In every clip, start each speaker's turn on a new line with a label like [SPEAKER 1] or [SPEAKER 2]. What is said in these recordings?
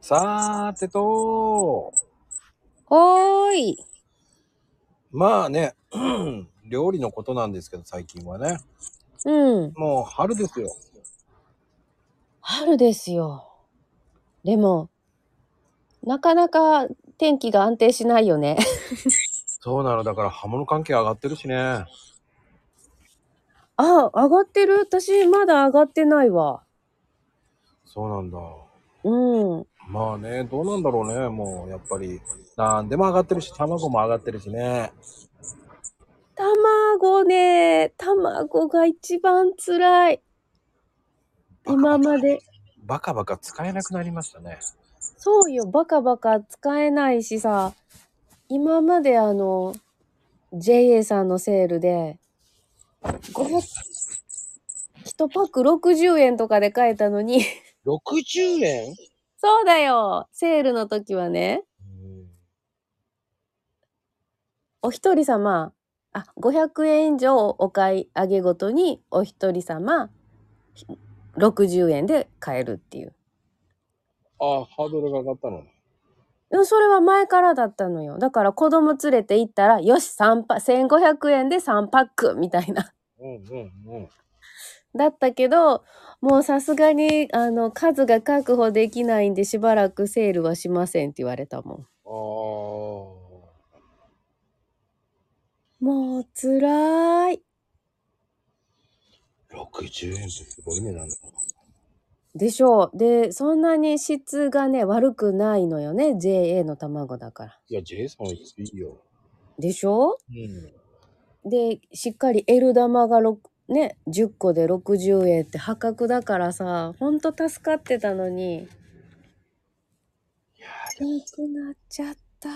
[SPEAKER 1] さーてと、
[SPEAKER 2] おーい。
[SPEAKER 1] まあね、うん料理のことなんですけど、最近はね。
[SPEAKER 2] うん。
[SPEAKER 1] もう春ですよ。
[SPEAKER 2] 春ですよ。でも、なかなか天気が安定しないよね。
[SPEAKER 1] そうなの、だから刃物関係上がってるしね。
[SPEAKER 2] あ、上がってる私、まだ上がってないわ。
[SPEAKER 1] そうなんだ。
[SPEAKER 2] うん。
[SPEAKER 1] まあね、どうなんだろうね、もう、やっぱり。なんでも上がってるし、卵も上がってるしね。
[SPEAKER 2] 卵ね、卵が一番辛い。今まで。
[SPEAKER 1] バカバカ使えなくなりましたね。
[SPEAKER 2] そうよ、バカバカ使えないしさ、今まであの、JA さんのセールで、500、1パック60円とかで買えたのに、
[SPEAKER 1] 60円
[SPEAKER 2] そうだよ。セールの時はね、お一人様、あ、500円以上お買い上げごとに、お一人様、ひ60円で買えるっていう。
[SPEAKER 1] あ、ハードルが上がったの。
[SPEAKER 2] でもそれは前からだったのよ。だから子供連れて行ったら、よし、3パ、1500円で3パックみたいな。
[SPEAKER 1] うんうんうん。
[SPEAKER 2] だったけど、もうさすがに、あの、数が確保できないんで、しばらくセールはしませんって言われたも
[SPEAKER 1] ああ。
[SPEAKER 2] ん。もう、辛い。
[SPEAKER 1] 60円ってすごい値段だな。
[SPEAKER 2] でしょう。で、そんなに質がね、悪くないのよね。JA の卵だから。
[SPEAKER 1] いや、ジェイソンいいよ。
[SPEAKER 2] でしょ
[SPEAKER 1] うん。
[SPEAKER 2] で、しっかり L 玉が6、ね、10個で60円って破格だからさ、ほんと助かってたのに。なくなっちゃった。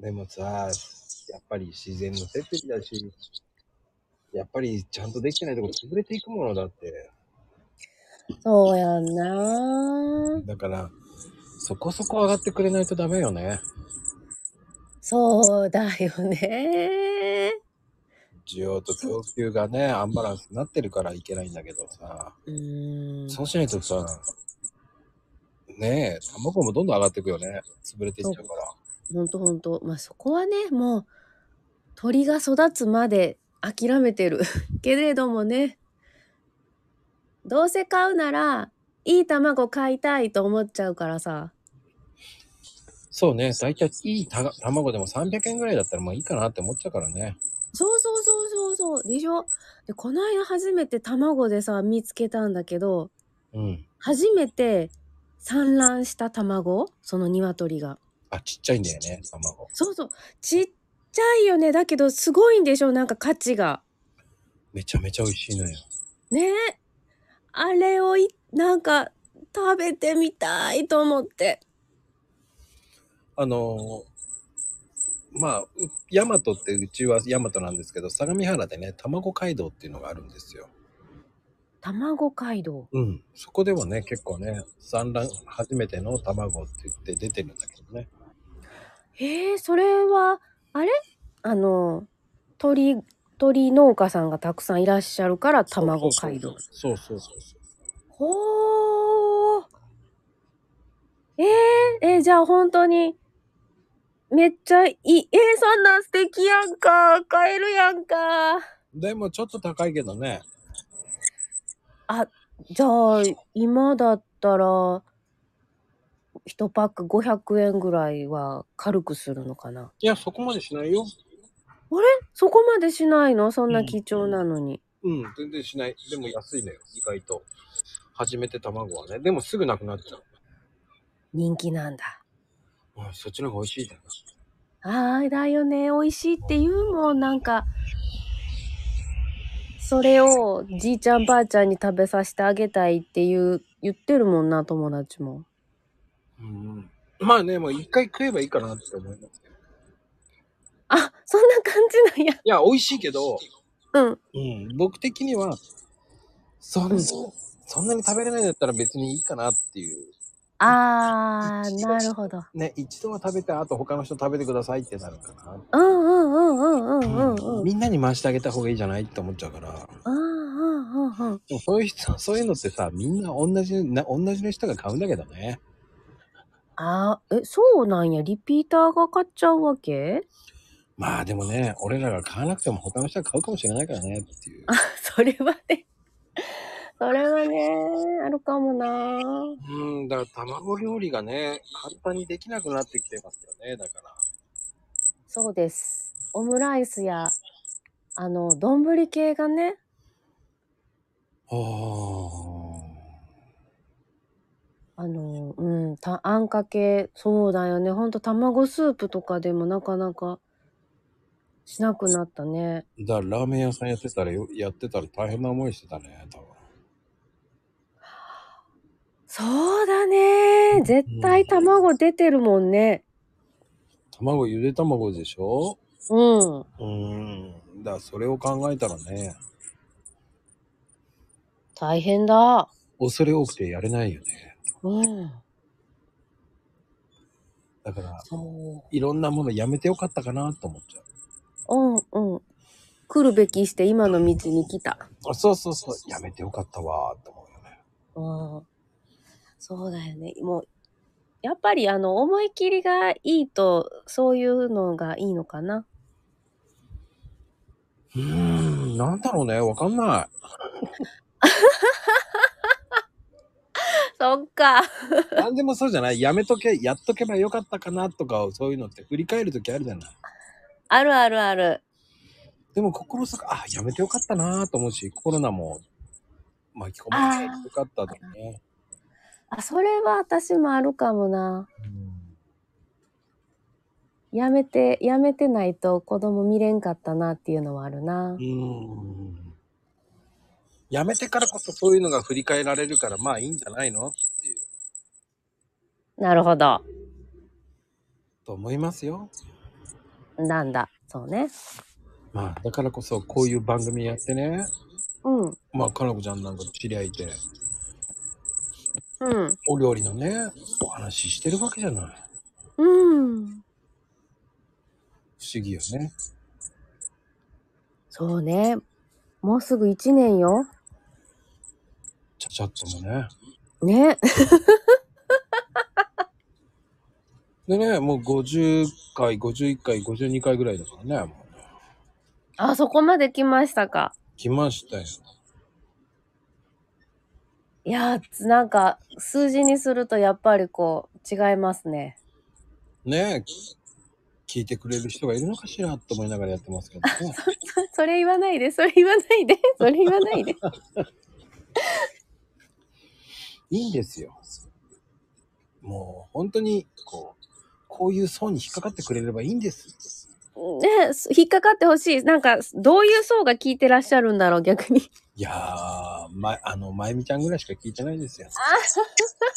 [SPEAKER 1] でもさ、やっぱり自然の設備だし、やっぱりちゃんとできてないとこ潰れていくものだって。
[SPEAKER 2] そうやんな
[SPEAKER 1] だから、そこそこ上がってくれないとダメよね。
[SPEAKER 2] そうだよね
[SPEAKER 1] 需要と供給がね、アンバランスになってるからいけないんだけどさ。
[SPEAKER 2] うーん。
[SPEAKER 1] そうしないとさ、ねえ、卵もどんどん上がっていくよね。潰れていっちゃうから。
[SPEAKER 2] ほんとほんと。まあそこはね、もう鳥が育つまで諦めてる。 けれどもね、どうせ買うなら、いい卵買いたいと思っちゃうからさ。
[SPEAKER 1] そうね、大体いいたが卵でも300円ぐらいだったらまあいいかなって思っちゃうからね。
[SPEAKER 2] そうそうそうそうそう。でしょで、この間初めて卵でさ、見つけたんだけど、
[SPEAKER 1] うん。
[SPEAKER 2] 初めて産卵した卵その鶏が。
[SPEAKER 1] あ、ちっちゃいんだよね、卵。
[SPEAKER 2] そうそう。ちっちゃいよね。だけど、すごいんでしょなんか価値が。
[SPEAKER 1] めちゃめちゃ美味しいのよ。
[SPEAKER 2] ねえあれをいなんか食べてみたいと思って
[SPEAKER 1] あのーまあ、う大和ってうちは大和なんですけど、相模原でね、卵街道っていうのがあるんですよ。
[SPEAKER 2] 卵街道
[SPEAKER 1] うん。そこではね、結構ね、産卵、初めての卵って言って出てるんだけどね。
[SPEAKER 2] えー、それはあれあの鳥鳥農家さんがたくさんいらっしゃるから卵街道
[SPEAKER 1] そうそうそうそう。
[SPEAKER 2] ほーえー、えーじゃあ本当にめっちゃいいえー、そんなん素敵やんか買えるやんか
[SPEAKER 1] でもちょっと高いけどね。
[SPEAKER 2] じゃあ今だったら1パック500円ぐらいは軽くするのかない
[SPEAKER 1] や、そこまでしないよ。
[SPEAKER 2] そこまでしないのそん
[SPEAKER 1] う
[SPEAKER 2] なん貴重なのに、
[SPEAKER 1] うん、全然しない。でも安いのよ、意外と。初めて卵はね。でもすぐなくなっちゃう。
[SPEAKER 2] 人気なんだ
[SPEAKER 1] あそっちの方が美味しいじゃん。
[SPEAKER 2] あーだよね美味しいって言うもんなんかそれをじいちゃんばあちゃんに食べさせてあげたいっていう言ってるもんな友達も
[SPEAKER 1] うんまあね、もう一回食えばいいかなって思いますけど。い
[SPEAKER 2] あそんな感じなんや
[SPEAKER 1] や、美味しいけど、
[SPEAKER 2] うん
[SPEAKER 1] うん、僕的には、そんな、そんなに食べれないんだったら別にいいかなっていう。
[SPEAKER 2] あーなるほど
[SPEAKER 1] ね、一度は食べて、あと他の人食べてくださいってなるかな。
[SPEAKER 2] うんうんうんうんうんうんうん
[SPEAKER 1] みんなに回してあげた方がいいじゃないって思っちゃうから。
[SPEAKER 2] あーうんうんうんうん
[SPEAKER 1] でもそういう人、そういうのってさ、みんな同じ、な同じの人が買うんだけどね。
[SPEAKER 2] あーえ、そうなんや。リピーターが買っちゃうわけ
[SPEAKER 1] まあでもね、俺らが買わなくても他の人が買うかもしれないからねっていう。
[SPEAKER 2] それはね、それはね、あるかもな。
[SPEAKER 1] うん、だから卵料理がね、簡単にできなくなってきてますよね、だから。
[SPEAKER 2] そうです。オムライスや、あの、丼系がね、
[SPEAKER 1] お
[SPEAKER 2] あの、うん、たあんかけ、そうだよね。ほんと卵スープとかでもなかなかしなくなったね。
[SPEAKER 1] ー。だからラーメン屋さんやってたらよ、やってたら大変な思いしてたね、多分。
[SPEAKER 2] そうだね。絶対卵出てるもんね。
[SPEAKER 1] 卵、ゆで卵でしょ
[SPEAKER 2] うん。
[SPEAKER 1] うん。だからそれを考えたらね、
[SPEAKER 2] 大変だ。
[SPEAKER 1] 恐れ多くてやれないよね。
[SPEAKER 2] うん。
[SPEAKER 1] だから、
[SPEAKER 2] そ
[SPEAKER 1] いろんなものやめてよかったかなと思っちゃう。
[SPEAKER 2] う。うんうん。来るべきして今の道に来た。
[SPEAKER 1] あそうそうそう、やめてよかったわーと思うよね。
[SPEAKER 2] うん。そうだよね。もう、やっぱりあの、思い切りがいいと、そういうのがいいのかな。
[SPEAKER 1] うーん、なんだろうね、わかんない。
[SPEAKER 2] そっか。
[SPEAKER 1] なんでもそうじゃないやめとけやっとけばよかったかなとかそういうのって振り返る時あるじゃない
[SPEAKER 2] あるあるある。
[SPEAKER 1] でも心の底あやめてよかったなと思うしコロナも巻き込まれてよかったとかね
[SPEAKER 2] あ、それは私もあるかもな。やめて、やめてないと子供見れんかったなっていうのはあるな
[SPEAKER 1] う。んうんやめてからこそそういうのが振り返られるからまあいいんじゃないのっていう
[SPEAKER 2] なるほど。
[SPEAKER 1] と思いますよ
[SPEAKER 2] なんだ。そうね。
[SPEAKER 1] まあだからこそこういう番組やってね
[SPEAKER 2] うん。
[SPEAKER 1] まあかなこちゃんなんかと知り合いで
[SPEAKER 2] うん。
[SPEAKER 1] お料理のねお話ししてるわけじゃない
[SPEAKER 2] うん。
[SPEAKER 1] 不思議よね
[SPEAKER 2] そうね。もうすぐ1年よ。
[SPEAKER 1] ちゃちゃっともね
[SPEAKER 2] ね。
[SPEAKER 1] でね、もう50回、51回、52回ぐらいだからね、もうね。
[SPEAKER 2] あ、そこまで来ましたか。
[SPEAKER 1] 来ましたよ。
[SPEAKER 2] いやーつなんか数字にするとやっぱりこう違いますね。
[SPEAKER 1] ねえ、聞いてくれる人がいるのかしらと思いながらやってますけどね。
[SPEAKER 2] それ言わないで、それ言わない で、それ言わないで。
[SPEAKER 1] いいんですよ。もう本当に、こう、こういう層に引っかかってくれればいいんです。
[SPEAKER 2] ね、引っかかってほしい。なんかどういう層が聞いてらっしゃるんだろう逆に。
[SPEAKER 1] いやー、ま、あの、まゆみちゃんぐらいしか聞いてないですよ。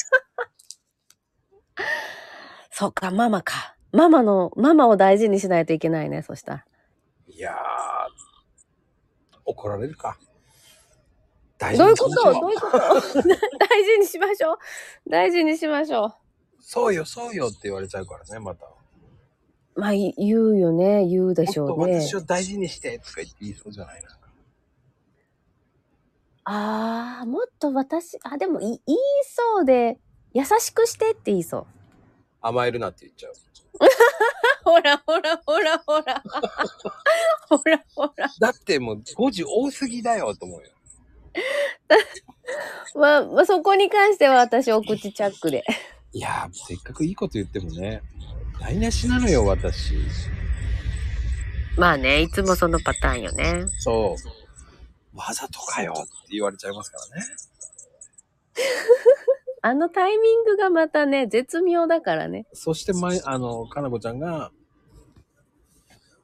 [SPEAKER 2] そうか、ママか。ママの、ママを大事にしないといけないね、そしたら。
[SPEAKER 1] いやー、怒られるか。大
[SPEAKER 2] どういう
[SPEAKER 1] にし
[SPEAKER 2] こ
[SPEAKER 1] まし
[SPEAKER 2] と
[SPEAKER 1] ょ
[SPEAKER 2] どういうこと 大事にしましょう。大事にしましょ
[SPEAKER 1] そうよ、そうよって言われちゃうからね、また。
[SPEAKER 2] う。まあい言うよね、言うでしょ
[SPEAKER 1] もっ
[SPEAKER 2] う
[SPEAKER 1] と
[SPEAKER 2] ね
[SPEAKER 1] 私。を大事にしてとか言って言いそうじゃないな。
[SPEAKER 2] ああ、もっと私、あ、でもい言いそうで、優しくしてって言いそう。
[SPEAKER 1] 甘えるなって言っちゃう。
[SPEAKER 2] ほらほらほらほ ら。ほらほら。
[SPEAKER 1] だってもう5時多すぎだよと思うよ。
[SPEAKER 2] まあ、まあ、そこに関しては私お口チャックで。
[SPEAKER 1] いやー、せっかくいいこと言ってもね、台無しなのよ、私。
[SPEAKER 2] まあね、いつもそのパターンよね。
[SPEAKER 1] そう。わざとかよって言われちゃいますからね。
[SPEAKER 2] あのタイミングがまたね、絶妙だからね。
[SPEAKER 1] そして前、あの、かなこちゃんが、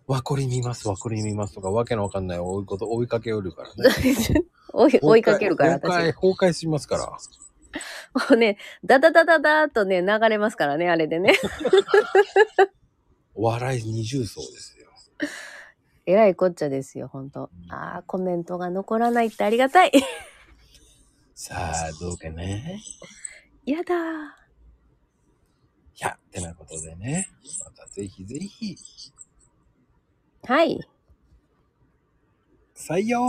[SPEAKER 1] わこり見ます、わこり見ますとか、わけのわかんない追いこと、追いかけよるからね。
[SPEAKER 2] 追い 追いかけるから
[SPEAKER 1] 崩壊
[SPEAKER 2] 私。、
[SPEAKER 1] 崩壊しますから。
[SPEAKER 2] もうね、ダダダダダーっとね、流れますからね、あれでね。
[SPEAKER 1] お笑い二重奏ですよ。
[SPEAKER 2] えらいこっちゃですよ、ほんと。ああ、コメントが残らないってありがたい。
[SPEAKER 1] さあ、どうかね。
[SPEAKER 2] やだー。
[SPEAKER 1] いや、ってなことでね、またぜひぜひ、
[SPEAKER 2] はい。
[SPEAKER 1] 採用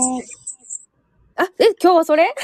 [SPEAKER 2] あ、え、今日はそれ